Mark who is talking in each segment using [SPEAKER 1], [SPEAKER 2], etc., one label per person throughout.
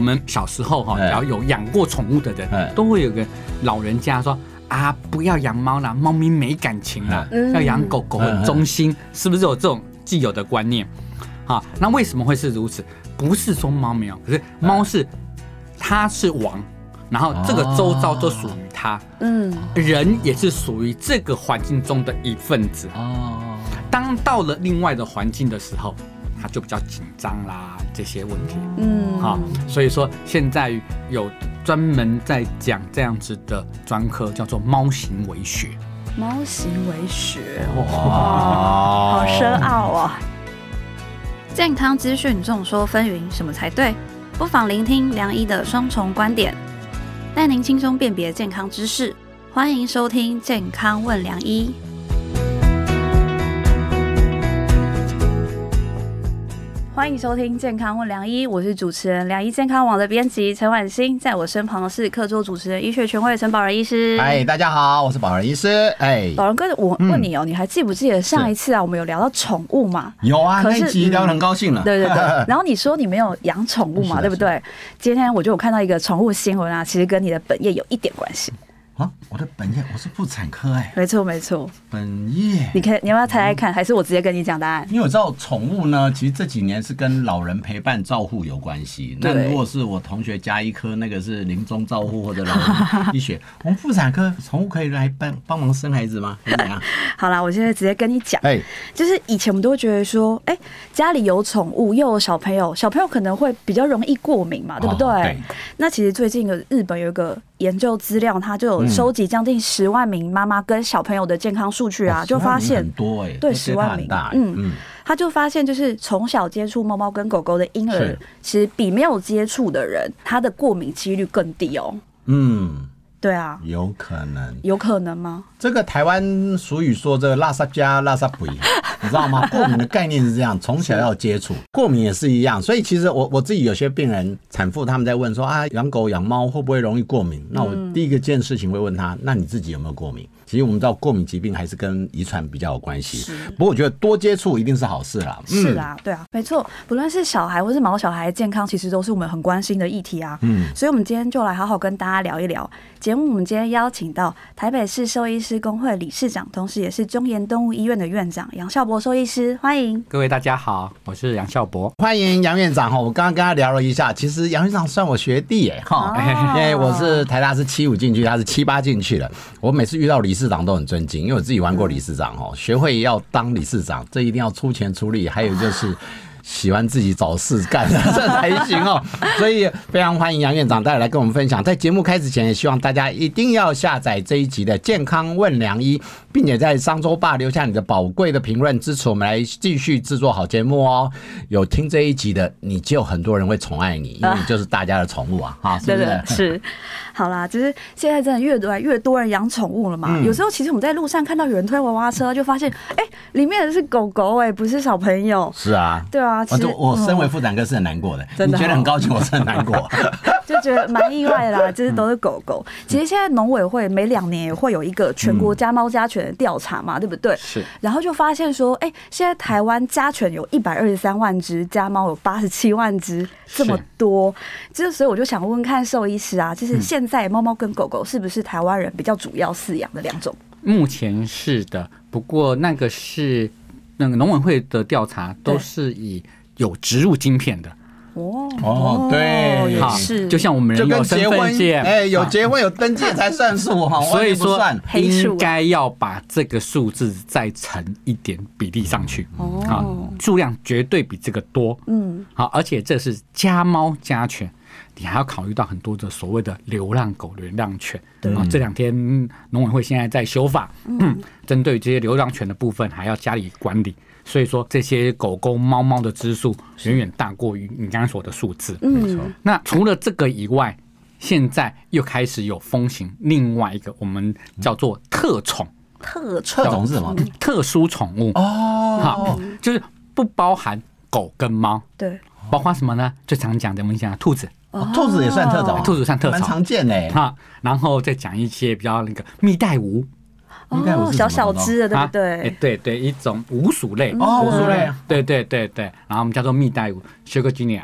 [SPEAKER 1] 们小时候哈，
[SPEAKER 2] 哎
[SPEAKER 1] 只要有养过宠物的
[SPEAKER 2] 哎
[SPEAKER 1] 人，都会有个老人家说啊，不要养猫啦，猫咪没感情
[SPEAKER 2] 哎
[SPEAKER 1] 啦，
[SPEAKER 3] 嗯
[SPEAKER 1] 要养狗狗很忠心，是不是有这种既有的观念？啊，那为什么会是如此？不是说猫没有，可是猫是它是王，然后这个周遭都属于
[SPEAKER 2] 哦
[SPEAKER 1] 它，
[SPEAKER 3] 嗯
[SPEAKER 1] 人也是属于这个环境中的一份子。
[SPEAKER 2] 哦，
[SPEAKER 1] 当到了另外的环境的时候，他就比较紧张啦，这些问题
[SPEAKER 3] 嗯，
[SPEAKER 1] 啊、所以说现在有专门在讲这样子的专科，叫做猫行为学。
[SPEAKER 3] 猫行为学，
[SPEAKER 2] 哦哇
[SPEAKER 3] 好深奥啊！健康资讯众说纷纭，什么才对？不妨聆听梁医的双重观点，带您轻松辨别健康知识。欢迎收听《健康问梁医》。欢迎收听《健康问良医》，我是主持人良医健康网的编辑陈婉欣，在我身旁的是客座主持人、医学权威陈宝仁医师。
[SPEAKER 2] 哎，大家好，我是宝儿医师。哎，
[SPEAKER 3] 老人哥，我问你哦、
[SPEAKER 2] 嗯
[SPEAKER 3] 你还记不记得上一次啊，我们有聊到宠物嘛？
[SPEAKER 2] 有啊，
[SPEAKER 3] 可
[SPEAKER 2] 那
[SPEAKER 3] 是
[SPEAKER 2] 一集聊得很高兴了。啊
[SPEAKER 3] 对对 对，然后你说你没有养宠物
[SPEAKER 2] 是
[SPEAKER 3] 嘛，
[SPEAKER 2] 的
[SPEAKER 3] 对不对？今天我就有看到一个宠物新闻啊，其实跟你的本业有一点 关系。
[SPEAKER 2] 啊，我的本业我是妇产科哎，
[SPEAKER 3] 没错没错，
[SPEAKER 2] 本业。
[SPEAKER 3] 你看你要不要猜猜看，
[SPEAKER 2] 嗯
[SPEAKER 3] 还是我直接跟你讲答案？
[SPEAKER 2] 因为我知道宠物呢，其实这几年是跟老人陪伴照护有关系。那
[SPEAKER 3] 对
[SPEAKER 2] 如果是我同学加医科，那个是临终照护或者老人医 学，我们妇产科宠物可以来帮帮忙生孩子吗？啊还是怎样？
[SPEAKER 3] 好啦，我现在直接跟你 讲，
[SPEAKER 2] 哎，
[SPEAKER 3] 就是以前我们都会觉得说，哎、家里有宠物又有小朋友，小朋友可能会比较容易过敏啊嘛，对不对？
[SPEAKER 2] 哦对
[SPEAKER 3] 那其实最近有日本有一个研究资料，它就有收集将近十万名妈妈跟小朋友的健康数据啊，
[SPEAKER 2] 哦
[SPEAKER 3] 就发
[SPEAKER 2] 10万名
[SPEAKER 3] 现
[SPEAKER 2] 很多哎，
[SPEAKER 3] 对
[SPEAKER 2] 这
[SPEAKER 3] 10万
[SPEAKER 2] 这很
[SPEAKER 3] 名
[SPEAKER 2] 大哎
[SPEAKER 3] 嗯
[SPEAKER 2] 嗯，
[SPEAKER 3] 他就发现，就是从小接触猫猫跟狗狗的婴儿
[SPEAKER 2] 是，
[SPEAKER 3] 其实比没有接触的人，他的过敏几率更低哦。
[SPEAKER 2] 嗯，
[SPEAKER 3] 对啊，
[SPEAKER 2] 有可能。
[SPEAKER 3] 有可能吗？
[SPEAKER 2] 这个台湾俗语说这个“拉萨加拉萨鬼”， 你知道吗？过敏的概念是这样，从小要接触，过敏也是一样。所以其实我我自己有些病人、产妇他们在问说啊，养狗养猫会不会容易过敏？那我第一个件事情会问他，那你自己有没有过敏？其实我们知道过敏疾病还是跟遗传比较有关系，不过我觉得多接触一定是好事啦。嗯
[SPEAKER 3] 是啊，对啊，没错，不论是小孩或是毛小孩的健康，其实都是我们很关心的议题啊。
[SPEAKER 2] 嗯，
[SPEAKER 3] 所以，我们今天就来好好跟大家聊一聊。节目我们今天邀请到台北市兽医师工会理事长，同时也是中研动物医院的院长杨孝博兽医师，欢迎。
[SPEAKER 1] 各位大家好，我是杨孝博。
[SPEAKER 2] 欢迎杨院长哈，我刚刚跟他聊了一下，其实杨院长算我学弟哎哈， 因为我
[SPEAKER 3] 哦
[SPEAKER 2] 是台大是七五进去，他是七八进去的。我每次遇到理事长都很尊敬，因为我自己
[SPEAKER 3] 嗯
[SPEAKER 2] 玩过理事长哦，学会要当理事长，这一定要出钱出力，还有就是。喜欢自己找事干， 这才行哦。所以非常欢迎杨院长带来跟我们分享。在节目开始前，也希望大家一定要下载这一集的《健康问良医》，并且在商周吧留下你的宝贵的评论，支持我们来继续制作好节目哦。有听这一集的，你就很多人会宠爱你，因为你就是大家的宠物啊，哈，是
[SPEAKER 3] 对
[SPEAKER 2] 不
[SPEAKER 3] 对
[SPEAKER 2] 是？
[SPEAKER 3] 是，好啦，就是现在真的越来越多人养宠物了嘛。
[SPEAKER 2] 嗯
[SPEAKER 3] 有时候其实我们在路上看到有人推娃娃车，就发现哎、里面的是狗狗哎、不是小朋友。
[SPEAKER 2] 是啊，
[SPEAKER 3] 对啊，其
[SPEAKER 2] 我
[SPEAKER 3] 实
[SPEAKER 2] 就我身为
[SPEAKER 3] 嗯
[SPEAKER 2] 妇产科是很难过的，
[SPEAKER 3] 真
[SPEAKER 2] 你
[SPEAKER 3] 的哦
[SPEAKER 2] 觉得很高兴，我是很难过。
[SPEAKER 3] 就觉得蛮意外的 啦，就是都是狗狗。其实现在农委会每两年也会有一个全
[SPEAKER 2] 嗯
[SPEAKER 3] 国家猫家犬的调查嘛，对不对？
[SPEAKER 1] 是
[SPEAKER 3] 然后就发现说，哎、现在台湾家犬有一百二十三万只，家猫有八十七万只，这么多。就是所以我就想问问看兽医师啊，就是现在猫猫跟狗狗是不是台湾人比较主要饲养的两种？
[SPEAKER 1] 目前是的，不过那个是那个农委会的调查，
[SPEAKER 3] 对
[SPEAKER 1] 都是以有植入晶片的，
[SPEAKER 3] 哦
[SPEAKER 2] 哦对
[SPEAKER 3] 也
[SPEAKER 1] 好
[SPEAKER 3] 是，
[SPEAKER 1] 就像我们
[SPEAKER 2] 就
[SPEAKER 1] 人
[SPEAKER 2] 跟
[SPEAKER 1] 有
[SPEAKER 2] 结
[SPEAKER 1] 身份
[SPEAKER 2] 婚
[SPEAKER 1] 证，
[SPEAKER 2] 哎，有
[SPEAKER 1] 啊
[SPEAKER 2] 结婚有登记才算数哈，
[SPEAKER 1] 所以说
[SPEAKER 2] 完哦全不算
[SPEAKER 3] 黑数啊
[SPEAKER 1] 应该要把这个数字再乘一点比例上去啊
[SPEAKER 3] 哦，，
[SPEAKER 1] 数量绝对比这个多。
[SPEAKER 3] 嗯，
[SPEAKER 1] 好，而且这是家猫家犬，你还要考虑到很多的所谓的流浪狗、流浪犬。啊，这两天农委会现在在修法，嗯，针对这些流浪犬的部分还要加以管理。所以说，这些狗狗、猫猫的只数远远大过于你刚刚说的数字。
[SPEAKER 3] 嗯
[SPEAKER 2] 没错。
[SPEAKER 1] 那除了这个以外，现在又开始有风行另外一个我们叫做特宠、
[SPEAKER 3] 特宠
[SPEAKER 2] 特种是什么？
[SPEAKER 1] 特殊宠物，
[SPEAKER 2] 哦
[SPEAKER 1] 嗯好，就是不包含狗跟猫，
[SPEAKER 3] 对，
[SPEAKER 1] 包括什么呢？最常讲的我们讲兔子，
[SPEAKER 2] 哦兔子也算特种啊，
[SPEAKER 1] 兔子算特
[SPEAKER 2] 蛮
[SPEAKER 1] 种
[SPEAKER 2] 常见的欸。
[SPEAKER 1] 哈，然后再讲一些比较那个蜜袋鼯，
[SPEAKER 2] 应该我
[SPEAKER 3] 哦，
[SPEAKER 2] 是
[SPEAKER 3] 小
[SPEAKER 2] 什么
[SPEAKER 3] 小
[SPEAKER 2] 呢
[SPEAKER 3] 只的，对
[SPEAKER 1] 啊
[SPEAKER 3] 不对
[SPEAKER 1] 哎？对对，一种五鼠类。
[SPEAKER 2] 哦，无所谓，
[SPEAKER 1] 对对对对，然后我们叫做蜜袋鼯 （Sugar Genius），、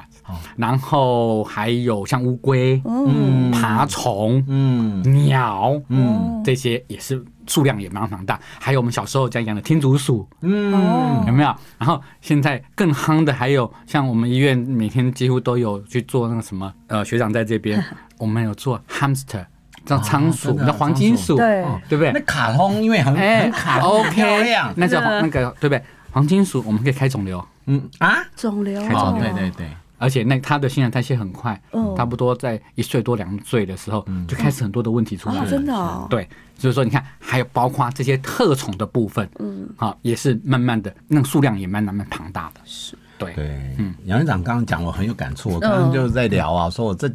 [SPEAKER 1] 然后还有像乌龟、
[SPEAKER 2] 嗯
[SPEAKER 1] 爬虫、
[SPEAKER 2] 嗯
[SPEAKER 1] 鸟，
[SPEAKER 2] 嗯
[SPEAKER 1] 这些也是数量也蛮常大。还有我们小时候家养的天竺鼠，
[SPEAKER 3] 哦
[SPEAKER 2] 嗯，
[SPEAKER 1] 有没有？然后现在更夯的还有像我们医院每天几乎都有去做那个什么，呃，学长在这 边，我们有做 hamster，叫仓鼠，
[SPEAKER 2] 真的
[SPEAKER 1] 那黄金鼠，哦对
[SPEAKER 3] 对
[SPEAKER 1] 不对哎
[SPEAKER 2] 那？卡通因为很很卡通很漂
[SPEAKER 1] OK，
[SPEAKER 2] 亮，啊
[SPEAKER 1] 那叫
[SPEAKER 3] 真的
[SPEAKER 1] 那个对不对？黄金鼠我们可以开肿瘤，
[SPEAKER 2] 嗯啊，
[SPEAKER 3] 肿瘤
[SPEAKER 1] 开
[SPEAKER 2] 哦
[SPEAKER 1] 种
[SPEAKER 3] 哦，
[SPEAKER 2] 对对对，
[SPEAKER 1] 而且那它的新陈代谢很快，
[SPEAKER 2] 哦
[SPEAKER 3] 嗯
[SPEAKER 1] 差不多在一岁多两岁的时候
[SPEAKER 2] 嗯
[SPEAKER 1] 就开始很多的问题出来
[SPEAKER 3] 哦，
[SPEAKER 1] 了。
[SPEAKER 3] 真的哦，
[SPEAKER 1] 对，所以说你看，还有包括这些特宠的部分，嗯，好，也是慢慢的，那个数量也慢慢慢慢庞大的，是对，
[SPEAKER 2] 对，
[SPEAKER 1] 嗯
[SPEAKER 2] 杨院长刚刚讲我很有感触，我刚刚就是在聊
[SPEAKER 3] 嗯
[SPEAKER 2] 啊，说我这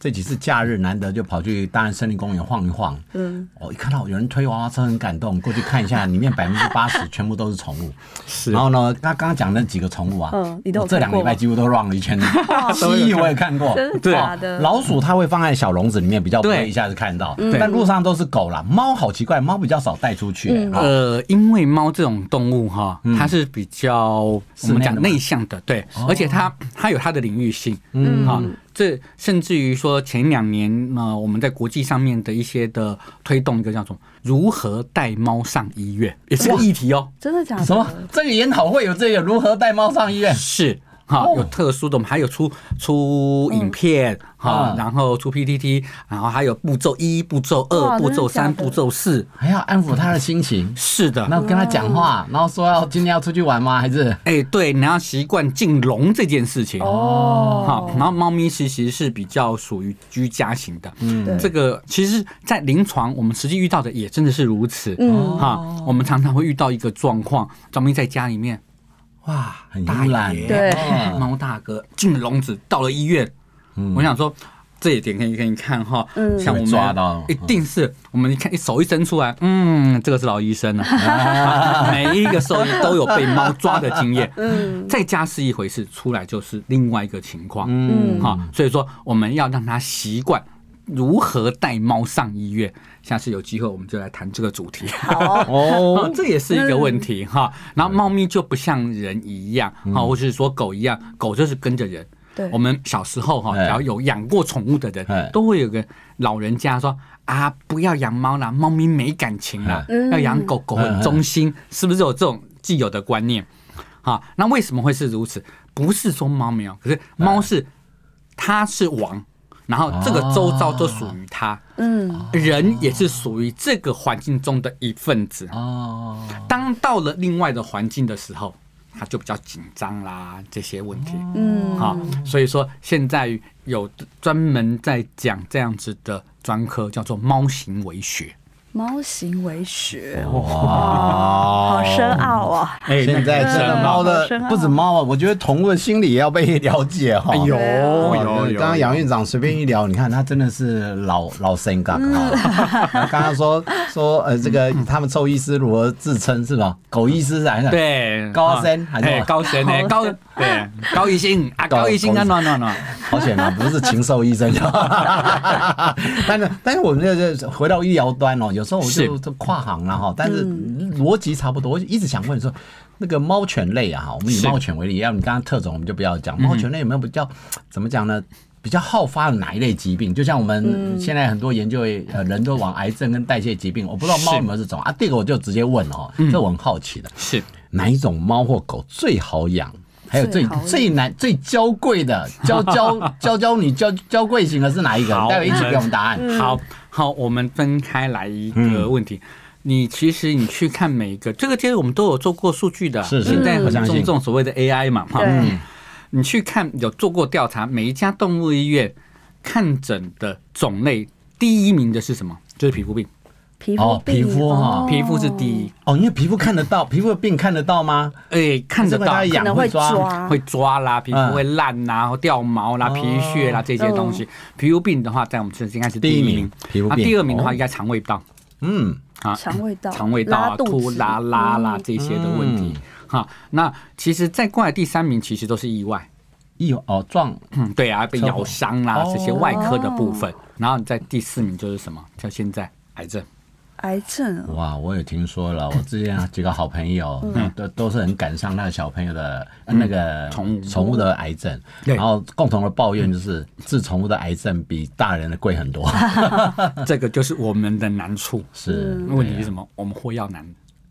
[SPEAKER 2] 这几次假日难得就跑去大安森林公园晃一晃，嗯，我一看到有人推娃娃车很感动，过去看一下，里面百分之八十全部都是宠物，
[SPEAKER 1] 是
[SPEAKER 2] 然后呢，他刚刚讲那几个宠物啊，
[SPEAKER 3] 嗯你都有
[SPEAKER 2] 我这两个礼拜
[SPEAKER 3] 看过吗
[SPEAKER 2] 几乎都 run 了一圈， 蜥蜴我也看过，
[SPEAKER 3] 真的
[SPEAKER 1] 对
[SPEAKER 3] 假的？嗯
[SPEAKER 2] 老鼠它会放在小笼子里面，比较不会
[SPEAKER 1] 对
[SPEAKER 2] 一下子看到，但路上都是狗啦。猫好奇怪，猫比较少带出去、欸
[SPEAKER 3] 嗯
[SPEAKER 2] 哦
[SPEAKER 1] 呃，因为猫这种动物哈，它是比较我
[SPEAKER 2] 嗯内的哦
[SPEAKER 1] 们讲
[SPEAKER 2] 吗
[SPEAKER 1] 内向的，对，而且它它有它的领域性，嗯哈。这甚至于说前两年呃，我们在国际上面的一些的推动，一个叫什么如何带猫上医院，也是个议题哦。
[SPEAKER 3] 真的假的？
[SPEAKER 2] 什么？这个研讨会有这个如何带猫上医院？
[SPEAKER 1] 是哈
[SPEAKER 2] 哦，
[SPEAKER 1] 有特殊的，我们还有出出影片哈
[SPEAKER 2] 嗯，
[SPEAKER 1] 然后出 PPT，然后还有步骤一、步骤
[SPEAKER 3] 哇
[SPEAKER 1] 二、步
[SPEAKER 3] 真的
[SPEAKER 1] 骤
[SPEAKER 3] 假
[SPEAKER 1] 三、
[SPEAKER 3] 的
[SPEAKER 1] 步骤四。
[SPEAKER 2] 还要哎安抚它的心情，
[SPEAKER 1] 是的，
[SPEAKER 2] 然后跟它讲话，然后说要今天要出去玩吗？还是
[SPEAKER 1] 哎、对，你要习惯进笼这件事情。
[SPEAKER 3] 哦，
[SPEAKER 1] 好，然后猫咪其实是比较属于居家型的，
[SPEAKER 3] 对
[SPEAKER 1] 嗯，这个其实，在临床我们实际遇到的也真的是如此，嗯，哈，我们常常会遇到一个状况，猫咪在家里面，哇，
[SPEAKER 2] 很
[SPEAKER 1] 大
[SPEAKER 2] 慵懒？
[SPEAKER 1] 爷，
[SPEAKER 3] 对
[SPEAKER 2] 哦
[SPEAKER 1] 猫大哥进笼子到了医院，我想说这一点可以给你看哈，
[SPEAKER 3] 嗯
[SPEAKER 1] 像我们
[SPEAKER 2] 会抓到
[SPEAKER 1] 一定是我们一看一手一伸出来，嗯，这个是老医生了、啊，每一个兽医都有被猫抓的经 验，嗯，在家是一回事，出来就是另外一个情况，嗯，哈，所以说我们要让它习惯。如何带猫上医院？下次有机会我们就来谈这个主题。
[SPEAKER 3] 嗯
[SPEAKER 1] 哦， 这也是一个问题哈。然后猫咪就不像人一样
[SPEAKER 2] 嗯
[SPEAKER 1] 哈，或是说狗一样，狗就是跟着人。
[SPEAKER 3] 对
[SPEAKER 1] 我们小时候哈，
[SPEAKER 2] 哎
[SPEAKER 1] 只要有养过宠物的
[SPEAKER 2] 哎
[SPEAKER 1] 人，都会有个老人家说啊，不要养猫啦，猫咪没感情
[SPEAKER 2] 哎
[SPEAKER 1] 啦，要养狗，狗很忠心，是不是有这种既有的观念？哈，那为什么会是如此？不是说猫没有，可是
[SPEAKER 2] 哎
[SPEAKER 1] 猫是它是王，然后这个
[SPEAKER 2] 哦
[SPEAKER 1] 周遭都属于它，
[SPEAKER 3] 嗯，
[SPEAKER 1] 人也是属于这个环境中的一份子。
[SPEAKER 2] 哦，
[SPEAKER 1] 当到了另外的环境的时候，他就比较紧张啦，这些问题。
[SPEAKER 3] 嗯
[SPEAKER 1] 好、所以说现在有专门在讲这样子的专科，叫做猫行为学。
[SPEAKER 3] 猫行为学，
[SPEAKER 1] 哦
[SPEAKER 2] 哇
[SPEAKER 3] 好深奥啊！
[SPEAKER 1] 哎
[SPEAKER 2] 现在真的猫的
[SPEAKER 3] 好深奥
[SPEAKER 2] 不止猫啊，我觉得宠物的心理也要被了解哈。哦
[SPEAKER 1] 哎呦哎
[SPEAKER 3] 对啊
[SPEAKER 1] 有有
[SPEAKER 2] 刚刚杨院长随便一聊，你看他真的是老老生港
[SPEAKER 3] 嗯
[SPEAKER 2] 啊。然后刚刚说说呃，这个他们兽医师如何自称是吧？狗医师啊，还是，
[SPEAKER 1] 对
[SPEAKER 2] 高深还是什
[SPEAKER 1] 哎
[SPEAKER 2] 么
[SPEAKER 1] 高深哎高对高一星啊
[SPEAKER 2] 高
[SPEAKER 1] 高一星啊
[SPEAKER 2] 高
[SPEAKER 1] no no no
[SPEAKER 2] 好险啊，不是禽兽医生。 但是但是我们这这回到医疗端哦，有时候我就是就跨行了哈，但是逻辑差不多。我一直想问说，那个猫犬类啊，哈，我们以
[SPEAKER 1] 是嗯
[SPEAKER 2] 猫犬为例，要你刚刚特种我们就不要讲，猫犬类有没有比较怎么讲呢？比较好发的哪一类疾病？就像我们现在很多研究也，呃，人都往癌症跟代谢疾病，我不知道猫
[SPEAKER 1] 是嗯
[SPEAKER 2] 有没有这种啊。这个我就直接问了哦，这我很好奇的。
[SPEAKER 1] 是
[SPEAKER 2] 哪一种猫或狗最好养？还有最
[SPEAKER 3] 最好养
[SPEAKER 2] 最难、最娇贵的、娇娇娇娇女、娇娇贵型的是哪一个？
[SPEAKER 1] 好
[SPEAKER 2] 待会一起给我们答案。
[SPEAKER 3] 嗯
[SPEAKER 1] 好好，我们分开来一
[SPEAKER 2] 嗯
[SPEAKER 1] 个问题。你其实你去看每一个，这个其实我们都有做过数据的，
[SPEAKER 2] 是是
[SPEAKER 1] 现在
[SPEAKER 2] 我
[SPEAKER 1] 很
[SPEAKER 2] 相信
[SPEAKER 1] 注重所谓的 AI 嘛，哈
[SPEAKER 3] 嗯
[SPEAKER 1] 嗯
[SPEAKER 3] 对，
[SPEAKER 1] 你去看有做过调查，每一家动物医院看诊的种类第一名的是什么？就是皮肤病，
[SPEAKER 3] 皮
[SPEAKER 2] 哦
[SPEAKER 3] 肤病
[SPEAKER 2] 皮肤哈
[SPEAKER 3] 哦
[SPEAKER 1] 皮肤是第一。
[SPEAKER 2] 哦，因为皮肤看得到，皮肤的病看得到吗？
[SPEAKER 1] 哎、看得
[SPEAKER 2] 是不是
[SPEAKER 1] 到
[SPEAKER 2] 它
[SPEAKER 3] 可
[SPEAKER 2] 痒
[SPEAKER 3] 能会
[SPEAKER 2] 抓。
[SPEAKER 3] 抓
[SPEAKER 1] 会抓啦，皮
[SPEAKER 2] 嗯哦
[SPEAKER 1] 肤会烂啦，或掉毛啦、皮屑啦这些东
[SPEAKER 3] 哦
[SPEAKER 1] 西。皮肤病的话，在我们这应该是第一
[SPEAKER 2] 第一
[SPEAKER 1] 名
[SPEAKER 2] 名，皮肤病
[SPEAKER 1] 啊第二名的
[SPEAKER 2] 哦
[SPEAKER 1] 话应该肠胃道
[SPEAKER 2] 嗯，
[SPEAKER 1] 啊，
[SPEAKER 3] 肠胃道、
[SPEAKER 1] 肠胃道
[SPEAKER 3] 拉
[SPEAKER 1] 啊、
[SPEAKER 3] 肚
[SPEAKER 1] 吐
[SPEAKER 3] 子
[SPEAKER 1] 啦啦啦这些的问题
[SPEAKER 2] 嗯。
[SPEAKER 1] 哈，那其实再过来第三名其实都是意外，
[SPEAKER 2] 一哦撞
[SPEAKER 1] 嗯，对啊，被
[SPEAKER 2] 车祸
[SPEAKER 1] 咬伤啦
[SPEAKER 2] 哦
[SPEAKER 1] 这些外科的部分。然后你在第四名就是什么？像现在癌症，
[SPEAKER 3] 癌症哦，
[SPEAKER 2] 哇，我也听说了，我之前几个好朋友都都是很感伤那个小朋友的呃那个
[SPEAKER 1] 宠物
[SPEAKER 2] 宠物的癌症，
[SPEAKER 1] 对嗯
[SPEAKER 2] 然后共同的抱怨就是治宠物的癌症比大人的贵很多，
[SPEAKER 1] 这个就是我们的难处。
[SPEAKER 2] 是
[SPEAKER 1] 问题是什么？我们获药难，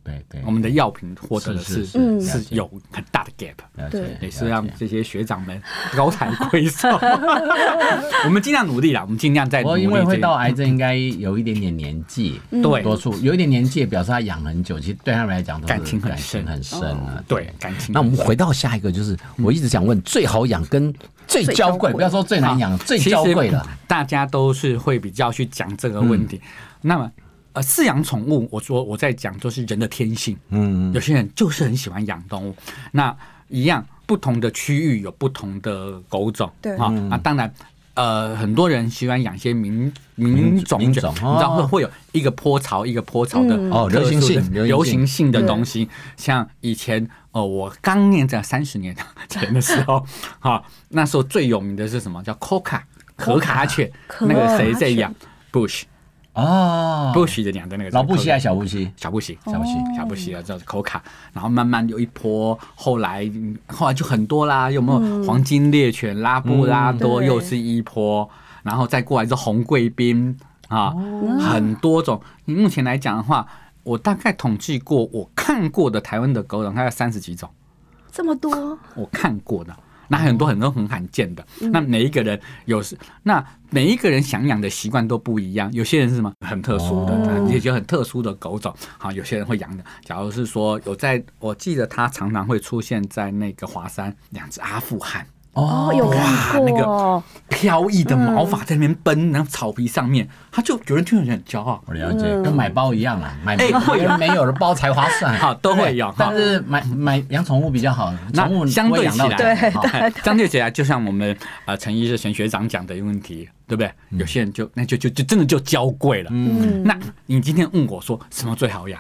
[SPEAKER 2] 对对，
[SPEAKER 1] 我们的药品获得的是
[SPEAKER 2] 是是嗯了
[SPEAKER 1] 是
[SPEAKER 2] 解
[SPEAKER 1] 有很大的 gap。
[SPEAKER 2] 了
[SPEAKER 3] 对
[SPEAKER 2] 解
[SPEAKER 1] 也是
[SPEAKER 2] 了
[SPEAKER 1] 让
[SPEAKER 2] 解
[SPEAKER 1] 这些学长们高抬贵手， 我们尽量努力啦，我们尽量在努
[SPEAKER 2] 我
[SPEAKER 1] 力
[SPEAKER 2] 因为会
[SPEAKER 1] 这
[SPEAKER 2] 到癌症，应该有一点点年纪，嗯
[SPEAKER 1] 对
[SPEAKER 2] 多数有一点年纪，表示他养很久，其实对他们来讲都是
[SPEAKER 1] 感情很
[SPEAKER 2] 感情
[SPEAKER 1] 深
[SPEAKER 2] 很深啊。
[SPEAKER 1] 对嗯感情。
[SPEAKER 2] 那我们回到下一个，就是我一直想问，最好养跟最娇贵，
[SPEAKER 3] 最娇贵
[SPEAKER 2] 不要说最难养，最
[SPEAKER 1] 其实
[SPEAKER 2] 娇贵嗯了。
[SPEAKER 1] 大家都是会比较去讲这个问题。那么，呃，饲养宠物，我说我在讲就是人的天性，
[SPEAKER 2] 嗯，
[SPEAKER 1] 有些人就是很喜欢养动物，那一样不同的区域有不同的狗种，
[SPEAKER 3] 对
[SPEAKER 1] 啊，
[SPEAKER 2] 嗯
[SPEAKER 1] 那当然。呃，很多人喜欢养一些名名种，
[SPEAKER 2] 名种
[SPEAKER 1] 你知道会
[SPEAKER 2] 哦
[SPEAKER 1] 会有一个坡潮，一个坡潮的
[SPEAKER 2] 哦流行
[SPEAKER 1] 特殊的
[SPEAKER 2] 性流行性
[SPEAKER 1] 流行性的
[SPEAKER 3] 嗯对
[SPEAKER 1] 东西。像以前哦，我刚念在三十年 前的时候， 啊，那时候最有名的是什么？叫 Coca 可卡犬，
[SPEAKER 3] 可
[SPEAKER 1] 那个谁
[SPEAKER 3] 卡
[SPEAKER 1] 在
[SPEAKER 3] 犬
[SPEAKER 1] 养 Bush
[SPEAKER 2] 哦，
[SPEAKER 1] Bush 的养的那个
[SPEAKER 2] 老布西还
[SPEAKER 1] 啊，
[SPEAKER 2] 是小布西？
[SPEAKER 1] 小布希，
[SPEAKER 2] 小布西，
[SPEAKER 1] 小布希啊，叫口卡，然后慢慢有一波，后来嗯后来就很多啦，有没有黄金猎犬、拉布拉多
[SPEAKER 3] 对
[SPEAKER 1] 又是一波，然后再过来是红贵宾啊，
[SPEAKER 3] 哦嗯
[SPEAKER 1] 很多种。你目前来讲的话，我大概统计过，我看过的台湾的狗种大概三十几种，
[SPEAKER 3] 这么多，
[SPEAKER 1] 我看过的。那很多很多很罕见的，那每一个人有时，那每一个人想养的习惯都不一样。有些人是什么很特殊的，
[SPEAKER 2] 哦
[SPEAKER 1] 也就很特殊的狗种，好，有些人会养的。假如是说有在，我记得它常常会出现在那个华山，两只阿富汗
[SPEAKER 3] 哦，有
[SPEAKER 1] 哇
[SPEAKER 3] 看
[SPEAKER 1] 那个
[SPEAKER 3] 过，
[SPEAKER 1] 飘逸的毛发在那边奔，然后草皮上面，它就有人就很骄傲。
[SPEAKER 2] 我了解，跟买包一样啦，买
[SPEAKER 1] 哎会
[SPEAKER 2] 别人没有的包才划算。
[SPEAKER 1] 好都会有
[SPEAKER 2] 对但是买买养宠物比较好，
[SPEAKER 1] 那
[SPEAKER 2] 宠物
[SPEAKER 1] 相
[SPEAKER 2] 不会
[SPEAKER 1] 对
[SPEAKER 2] 养
[SPEAKER 1] 起
[SPEAKER 2] 到
[SPEAKER 1] 来，
[SPEAKER 2] 大好
[SPEAKER 1] 相 对起来，哎就像我们呃陈医师陈学长讲的一个问题，对不对？有些人就那就就就真的就娇贵了。
[SPEAKER 3] 嗯，
[SPEAKER 1] 那你今天问我说什么最好养？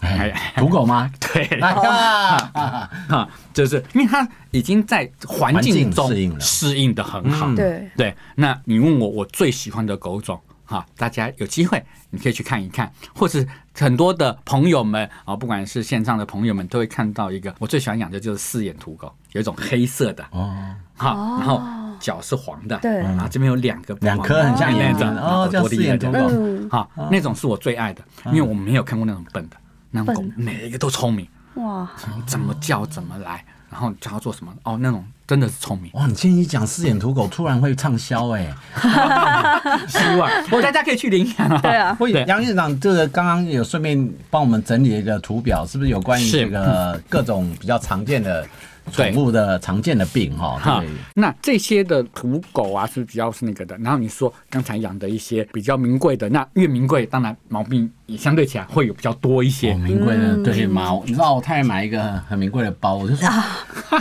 [SPEAKER 1] 哎，
[SPEAKER 2] 土狗吗？
[SPEAKER 1] 对
[SPEAKER 2] 啊啊啊啊
[SPEAKER 1] 啊，就是因为它已经在环境中
[SPEAKER 2] 环境适应了
[SPEAKER 1] 适应的很好。
[SPEAKER 2] 嗯
[SPEAKER 3] 对，
[SPEAKER 1] 对，那你问我我最喜欢的狗种。哈，大家有机会你可以去看一看，或是很多的朋友们啊，不管是线上的朋友们，都会看到一个我最喜欢养的就是四眼土狗，有一种黑色的，
[SPEAKER 2] 哦，
[SPEAKER 1] 哈，
[SPEAKER 3] 哦
[SPEAKER 1] 然后脚是黄的，
[SPEAKER 3] 对
[SPEAKER 1] 然后这边有两个
[SPEAKER 2] 两颗很像眼睛
[SPEAKER 1] 那啊
[SPEAKER 2] 哦叫四眼哦嗯
[SPEAKER 1] 土
[SPEAKER 2] 土
[SPEAKER 1] 狗
[SPEAKER 2] 狗，
[SPEAKER 1] 嗯好，那种是我最爱的，因为我没有看过那种笨的，那种狗
[SPEAKER 3] 笨
[SPEAKER 1] 每一个都聪明，
[SPEAKER 3] 哇，
[SPEAKER 2] 哦
[SPEAKER 1] 怎么叫怎么来，然后叫它做什么，哦，那种真的是聪明。
[SPEAKER 2] 哇，你今天一讲四眼土狗，突然会畅销哎。
[SPEAKER 1] 希 望我大家可以去领养啊，
[SPEAKER 3] 对 啊
[SPEAKER 2] 我
[SPEAKER 1] 对
[SPEAKER 2] 杨院长，这个刚刚有顺便帮我们整理了一个图表，是不是有关于
[SPEAKER 1] 是
[SPEAKER 2] 这个各种比较常见的
[SPEAKER 1] 对
[SPEAKER 2] 宠物的常见的病哈
[SPEAKER 1] 哈？那这些的土狗啊是比较是那个的，然后你说刚才养的一些比较名贵的，那越名贵，当然毛病也相对起来会有比较多一
[SPEAKER 2] 对，
[SPEAKER 1] 些
[SPEAKER 2] 哦，。名贵
[SPEAKER 3] 嗯
[SPEAKER 2] 的对毛，你知道我太太买一个很名贵的包，我就说
[SPEAKER 3] 啊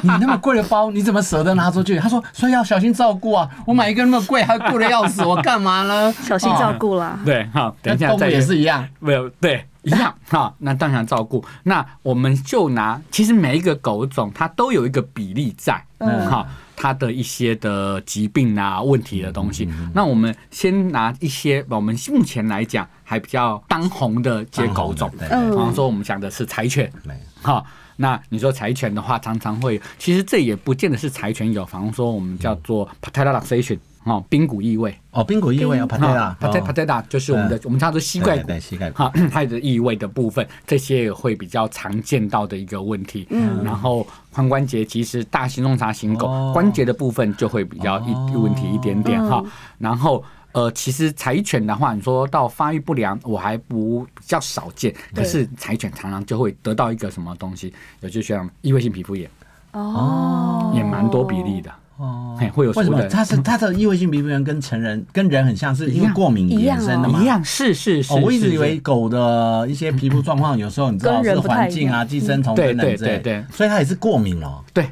[SPEAKER 2] 你那么贵的包，你怎么舍得拿出去？她说，所以要小心照顾啊。我买一个那么贵，还贵的要死，我干嘛呢？
[SPEAKER 3] 小心照
[SPEAKER 2] 哦。
[SPEAKER 3] 顾啦，
[SPEAKER 1] 对，好，等一下
[SPEAKER 2] 那动
[SPEAKER 1] 再
[SPEAKER 2] 物也是一样，
[SPEAKER 1] 没有对一 样哈、那当然照顾。那我们就拿，其实每一个狗种它都有一个比例在，
[SPEAKER 3] 嗯
[SPEAKER 1] 哈、它的一些的疾病啊、问题的东西。
[SPEAKER 2] 嗯
[SPEAKER 1] 那我们先拿一些我们目前来讲还比较当红的一些狗种，
[SPEAKER 2] 哦对
[SPEAKER 1] 比
[SPEAKER 3] 嗯
[SPEAKER 1] 方说我们讲的是柴犬，
[SPEAKER 2] 对
[SPEAKER 1] 哈、那你说柴犬的话，常常会，其实这也不见得是柴犬有，比方说我们叫做
[SPEAKER 2] 嗯
[SPEAKER 1] patelaxation 哦，髌骨异位，
[SPEAKER 2] 哦，冰骨异味啊，帕特拉，
[SPEAKER 1] p a t e
[SPEAKER 2] 哦
[SPEAKER 1] p a t e l a 就是我们的，我们叫做膝盖
[SPEAKER 2] 对
[SPEAKER 1] 骨
[SPEAKER 2] 对，膝盖骨。
[SPEAKER 1] 哈，它的异味的部分，这些也会比较常见到的一个问题。嗯，然后髋关节其实大型洞察型狗、
[SPEAKER 2] 哦
[SPEAKER 1] 关节的部分就会比较一、
[SPEAKER 2] 哦
[SPEAKER 1] 问题一点点哈、然后呃，其实柴犬的话，你说到发育不良，我还不比较少见，可
[SPEAKER 3] 对
[SPEAKER 1] 是柴犬常常就会得到一个什么东西，有就像异位性皮肤炎，
[SPEAKER 3] 哦，
[SPEAKER 1] 也蛮多比例的，
[SPEAKER 2] 哦
[SPEAKER 1] 嘿，会有所
[SPEAKER 2] 为什
[SPEAKER 1] 谓
[SPEAKER 2] 么
[SPEAKER 1] 的嗯
[SPEAKER 2] 它是它的异位性皮肤炎跟成人跟人很像，是因为过敏
[SPEAKER 3] 一样啊
[SPEAKER 2] 衍生的吗？
[SPEAKER 1] 一。样是是是、
[SPEAKER 2] 哦，我一直
[SPEAKER 1] 是
[SPEAKER 2] 以为狗的一些皮肤状况，有时候你知道
[SPEAKER 3] 跟人
[SPEAKER 2] 是
[SPEAKER 3] 不太
[SPEAKER 2] 环境啊、寄生虫等
[SPEAKER 1] 对嗯对
[SPEAKER 2] 等之类，
[SPEAKER 1] 对对
[SPEAKER 2] 所以它也是过敏哦。
[SPEAKER 1] 对。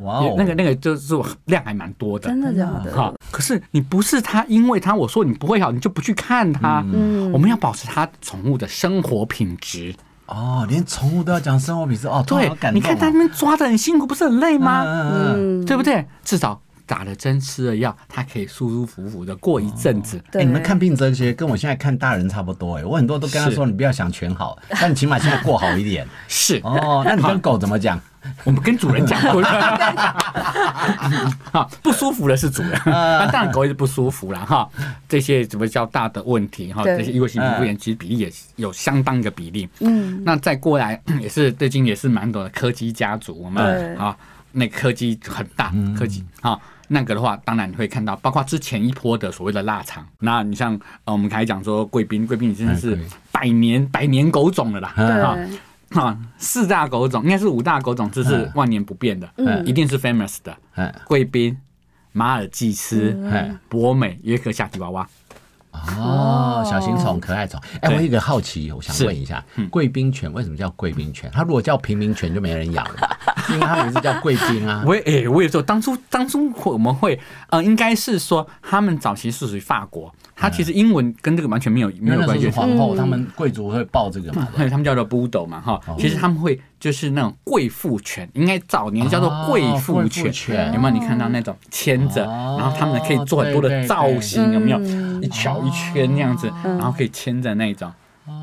[SPEAKER 2] 哇哦，
[SPEAKER 1] 那个那个就是我量还蛮多的，
[SPEAKER 3] 真的假的？
[SPEAKER 1] 好，可是你不是他，因为他我说你不会好，你就不去看他。
[SPEAKER 3] 嗯
[SPEAKER 1] 我们要保持他宠物的生活品质。
[SPEAKER 2] 哦，连宠物都要讲生活品质哦，突然
[SPEAKER 1] 对
[SPEAKER 2] 好，感
[SPEAKER 1] 你
[SPEAKER 2] 动哦
[SPEAKER 1] 看他们抓的很辛苦，不是很累吗？
[SPEAKER 2] 嗯嗯嗯
[SPEAKER 3] 嗯，
[SPEAKER 1] 对不对？至少打了针吃了药，它可以舒舒服服的过一阵子。
[SPEAKER 3] 对
[SPEAKER 2] 哎，你们看病哲学跟我现在看大人差不多哎，我很多都跟他
[SPEAKER 1] 是
[SPEAKER 2] 说你不要想全好，但你起码现在过好一点。
[SPEAKER 1] 是，
[SPEAKER 2] 哦，那你跟狗怎么讲？
[SPEAKER 1] 我们跟主人讲过了， 哈，不舒服的是主人，
[SPEAKER 2] 呃
[SPEAKER 1] 那当然狗也是不舒服了哈。这些什么叫大的问题哈？
[SPEAKER 3] 对
[SPEAKER 1] 这些异位性
[SPEAKER 2] 嗯
[SPEAKER 1] 皮肤炎其实比例也有相当的比例。
[SPEAKER 3] 嗯，
[SPEAKER 1] 那再过来 也是最近也是蛮多的柯基家族，我
[SPEAKER 3] 对
[SPEAKER 1] 们啊，那柯基很大，
[SPEAKER 2] 嗯
[SPEAKER 1] 柯基啊。那个的话，当然你会看到，包括之前一波的所谓的腊肠。那你像呃，我们刚才讲说贵宾，贵宾已经
[SPEAKER 2] 哎
[SPEAKER 1] 是
[SPEAKER 2] 贵
[SPEAKER 1] 百年百年狗种了啦，
[SPEAKER 2] 嗯
[SPEAKER 1] 啊
[SPEAKER 3] 对，
[SPEAKER 1] 啊，四大狗种应该是五大狗种，这是万年不变的，
[SPEAKER 3] 嗯
[SPEAKER 1] 一定是 famous 的
[SPEAKER 2] 嗯，
[SPEAKER 1] 贵宾、马尔济斯、
[SPEAKER 2] 嗯
[SPEAKER 1] 博美、约克夏吉娃娃。
[SPEAKER 2] 哦，小型宠、可爱宠。哎，
[SPEAKER 1] 对
[SPEAKER 2] 我有一个好奇，我想问一下，贵宾犬为什么叫贵宾犬？它如果叫平民犬就没人养了，因为它名字叫贵宾啊。
[SPEAKER 1] 我也、诶我也说，当初当初我们会，呃，应该是说他们早期是属于法国，它其实英文跟这个完全没有
[SPEAKER 2] 因
[SPEAKER 1] 没
[SPEAKER 2] 为
[SPEAKER 1] 有
[SPEAKER 2] 嗯那时候
[SPEAKER 1] 关
[SPEAKER 2] 是
[SPEAKER 1] 系。
[SPEAKER 2] 皇后，他们贵族会抱这个嘛。
[SPEAKER 1] 他们叫做 Budo 嘛，哈，
[SPEAKER 2] 哦
[SPEAKER 1] 其实他们会就是那种贵妇犬，应该早年叫做贵妇
[SPEAKER 2] 哦贵妇
[SPEAKER 1] 犬，
[SPEAKER 2] 犬
[SPEAKER 1] 有没有？你看到那种牵着，
[SPEAKER 2] 哦
[SPEAKER 1] 然后他们可以做很多
[SPEAKER 2] 对对
[SPEAKER 1] 的
[SPEAKER 2] 对
[SPEAKER 1] 造型，有没有？
[SPEAKER 3] 嗯哦
[SPEAKER 1] 一小一圈那样子，然后可以牵着那种，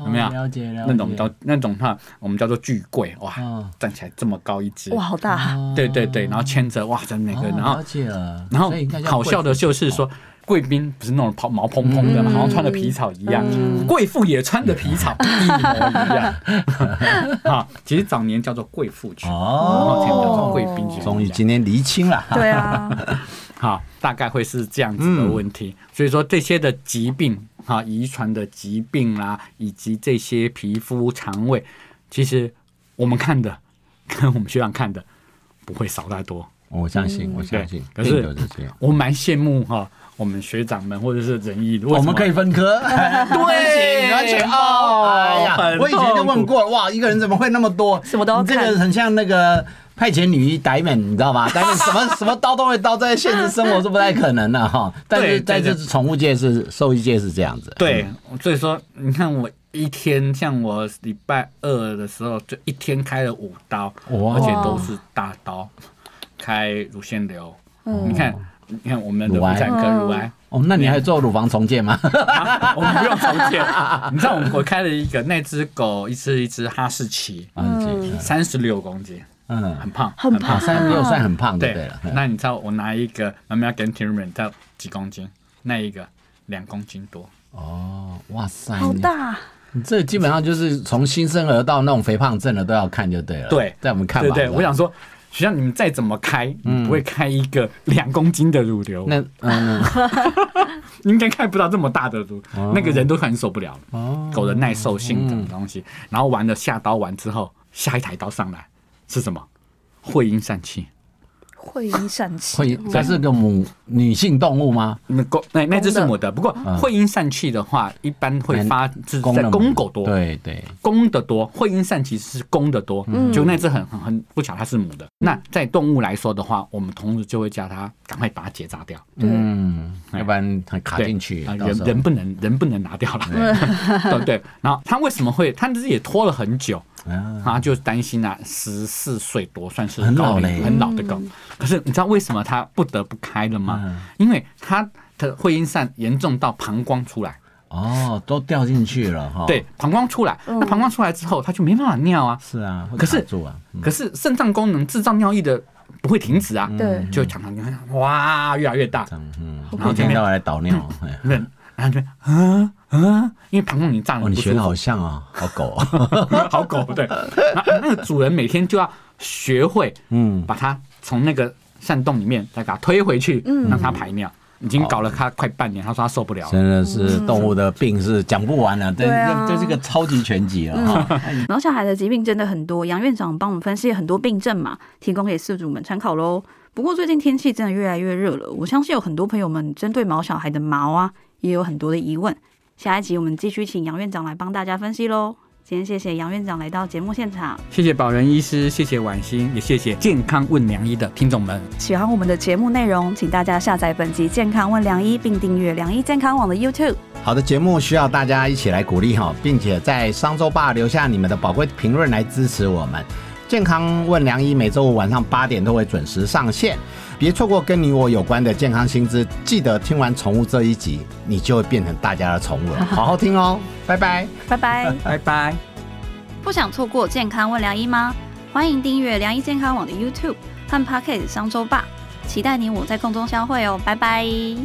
[SPEAKER 1] 有没有？
[SPEAKER 2] 哦了解了解
[SPEAKER 1] 那种叫那种哈，我们叫做巨贵，哇
[SPEAKER 2] 嗯，
[SPEAKER 1] 站起来这么高一只，
[SPEAKER 3] 哇，好大，
[SPEAKER 1] 对对对，然后牵着，哇，在每个，
[SPEAKER 2] 哦
[SPEAKER 1] 然后
[SPEAKER 2] 了解了，
[SPEAKER 1] 然后
[SPEAKER 2] 所以应该叫
[SPEAKER 1] 好笑的
[SPEAKER 2] 贵妇嗯
[SPEAKER 1] 就是说，贵宾不是那种袍毛蓬蓬的嘛，好像穿的皮草一样，贵妇也穿的皮草
[SPEAKER 2] 嗯
[SPEAKER 1] 一模一 样。啊，其实早年叫做贵妇
[SPEAKER 2] 犬
[SPEAKER 1] 犬，然后
[SPEAKER 2] 哦，
[SPEAKER 1] 前面叫做贵宾犬。
[SPEAKER 2] 终于今天厘清了。
[SPEAKER 3] 对啊，
[SPEAKER 1] 嗯好，大概会是这样子的问题。
[SPEAKER 2] 嗯
[SPEAKER 1] 所以说这些的疾病啊，遗传的疾病啦、以及这些皮肤、肠胃，其实我们看的 跟我们学长看的不会少太多。
[SPEAKER 2] 我相信，我相信，
[SPEAKER 1] 可是
[SPEAKER 2] 定有这些。
[SPEAKER 1] 我蛮羡慕哈、我们学长们或者是仁义的，为
[SPEAKER 2] 我
[SPEAKER 1] 什
[SPEAKER 2] 们
[SPEAKER 1] 么
[SPEAKER 2] 可以分科，对你要去凹。
[SPEAKER 1] 哦
[SPEAKER 2] 哎呀，我以前就问过，哇，一个人怎么会那么多？
[SPEAKER 3] 什么都要
[SPEAKER 2] 你这个
[SPEAKER 3] 看
[SPEAKER 2] 很像那个派遣女医逮门，你知道吗？ 逮门什么什么刀都会刀，在现实生活是不太可能的 哈。但
[SPEAKER 1] 对
[SPEAKER 2] 是
[SPEAKER 1] 对
[SPEAKER 2] 在这
[SPEAKER 1] 对
[SPEAKER 2] 宠物界是兽医界是这样子。
[SPEAKER 1] 对，所以说你看我一天，像我礼拜二的时候，就一天开了五刀，
[SPEAKER 2] 哇
[SPEAKER 1] 而且都是大刀，开乳腺瘤。你看，你看我们的
[SPEAKER 2] 乳癌
[SPEAKER 1] 妇产科乳癌，
[SPEAKER 2] 哦，那你还做乳房重建吗？
[SPEAKER 1] 啊我们不用重建。你知道我我开了一个那只狗，一只一只哈士奇，
[SPEAKER 2] 嗯
[SPEAKER 1] 三十六公斤，
[SPEAKER 2] 嗯，
[SPEAKER 1] 很胖，
[SPEAKER 3] 很胖
[SPEAKER 1] 胖
[SPEAKER 2] 啊，。三十六算很胖
[SPEAKER 1] 嗯
[SPEAKER 2] 的，
[SPEAKER 1] 对
[SPEAKER 2] 对了。嗯
[SPEAKER 1] 那你知道我拿一个 American t e r m i n 到几公斤？那一个两公斤多。
[SPEAKER 2] 哦，哇塞，
[SPEAKER 3] 好
[SPEAKER 2] 你
[SPEAKER 3] 大，
[SPEAKER 2] 你这基本上就是从新生儿到那种肥胖症的都要看就对了。
[SPEAKER 1] 对
[SPEAKER 2] 在我们看吧。嗯
[SPEAKER 1] 对对，
[SPEAKER 2] 是吧
[SPEAKER 1] 我想说，学校你们再怎么开，你不会开一个两公斤的乳瘤，
[SPEAKER 2] 那 嗯，
[SPEAKER 1] 应该开不到这么大的乳，
[SPEAKER 2] 哦
[SPEAKER 1] 那个人都很受不了了。狗的耐受性这种东西，然后完了下刀完之后，下一台刀上来是什么？会阴疝气。
[SPEAKER 3] 会阴疝气，
[SPEAKER 2] 会这是个母女性动物吗？
[SPEAKER 1] 那狗那那只是
[SPEAKER 3] 公的
[SPEAKER 1] 母的，不过会阴疝气的话，一般会发是在
[SPEAKER 2] 嗯的
[SPEAKER 1] 公
[SPEAKER 2] 母
[SPEAKER 1] 狗多，
[SPEAKER 2] 对对，
[SPEAKER 1] 公的多，会阴疝其实是公的多，
[SPEAKER 2] 嗯
[SPEAKER 1] 就那只很很很不巧它是母的。那在动物来说的话，我们同时就会叫它赶快把它结扎掉。
[SPEAKER 3] 对，
[SPEAKER 2] 嗯，要不然它卡
[SPEAKER 1] 哎对
[SPEAKER 2] 进去，
[SPEAKER 1] 啊
[SPEAKER 2] 到
[SPEAKER 1] 人
[SPEAKER 2] 时候
[SPEAKER 1] 人不能人不能拿掉了， 对对。然后他为什么会？他自己也拖了很久，
[SPEAKER 2] 啊
[SPEAKER 1] 他就担心啊，十四岁多算是
[SPEAKER 2] 很老
[SPEAKER 1] 高龄
[SPEAKER 2] 嘞嗯
[SPEAKER 1] 很老的狗。可是你知道为什么他不得不开了吗？因为他的会阴疝严重到膀胱出来，
[SPEAKER 2] 哦，都掉进去了哈。
[SPEAKER 1] 对，，膀胱出来，那膀胱出来之后他就没办法尿啊。
[SPEAKER 2] 是啊，会
[SPEAKER 1] 可是
[SPEAKER 2] 卡住啊，嗯
[SPEAKER 1] 可是肾脏功能制造尿液的不会停止啊，
[SPEAKER 3] 对
[SPEAKER 1] 就常常你看哇越来越大，
[SPEAKER 2] 嗯，
[SPEAKER 1] 然后
[SPEAKER 2] 一
[SPEAKER 1] 这
[SPEAKER 2] 天
[SPEAKER 1] 边
[SPEAKER 2] 到晚来倒 尿，哎
[SPEAKER 1] 对，然后这边嗯嗯，因为膀胱已经胀了，
[SPEAKER 2] 哦，你
[SPEAKER 1] 不舒
[SPEAKER 2] 学的
[SPEAKER 1] 服
[SPEAKER 2] 好 像啊，好狗啊，
[SPEAKER 1] 好狗，对。那那个主人每天就要学会，
[SPEAKER 2] 嗯，
[SPEAKER 1] 把它从那个山洞里面再给它推回去，让它排尿。已经搞了它快半年，他说他受不了了。
[SPEAKER 2] 真的是
[SPEAKER 1] 嗯
[SPEAKER 2] 动物的病是讲不完了，这
[SPEAKER 3] 对啊
[SPEAKER 2] 这这是个超级全集了哈。
[SPEAKER 4] 然后小孩的疾病真的很多，杨院长帮我们分析了很多病症嘛，提供给饲主们参考喽。不过最近天气真的越来越热了，我相信有很多朋友们针对毛小孩的毛啊，也有很多的疑问。下一集我们继续请杨院长来帮大家分析喽。今天谢谢杨院长来到节目现场，
[SPEAKER 1] 谢谢宝仁医师，谢谢婉欣，也谢谢健康问良医的听众们。
[SPEAKER 4] 喜欢我们的节目内容，请大家下载本集《健康问良医》，并订阅良医健康网的 YouTube。
[SPEAKER 2] 好的节目需要大家一起来鼓励哈，并且在商周吧留下你们的宝贵评论来支持我们。健康问良医每周五晚上八点都会准时上线，别错过跟你我有关的健康新知。记得听完宠物这一集，你就会变成大家的宠物了。好好听哦，拜拜。
[SPEAKER 3] 拜拜。
[SPEAKER 1] 拜拜。
[SPEAKER 3] 不想错过健康问良医吗？欢迎订阅良医健康网的 YouTube 和 Pocket 商周吧，期待你我在空中相会哦，拜拜。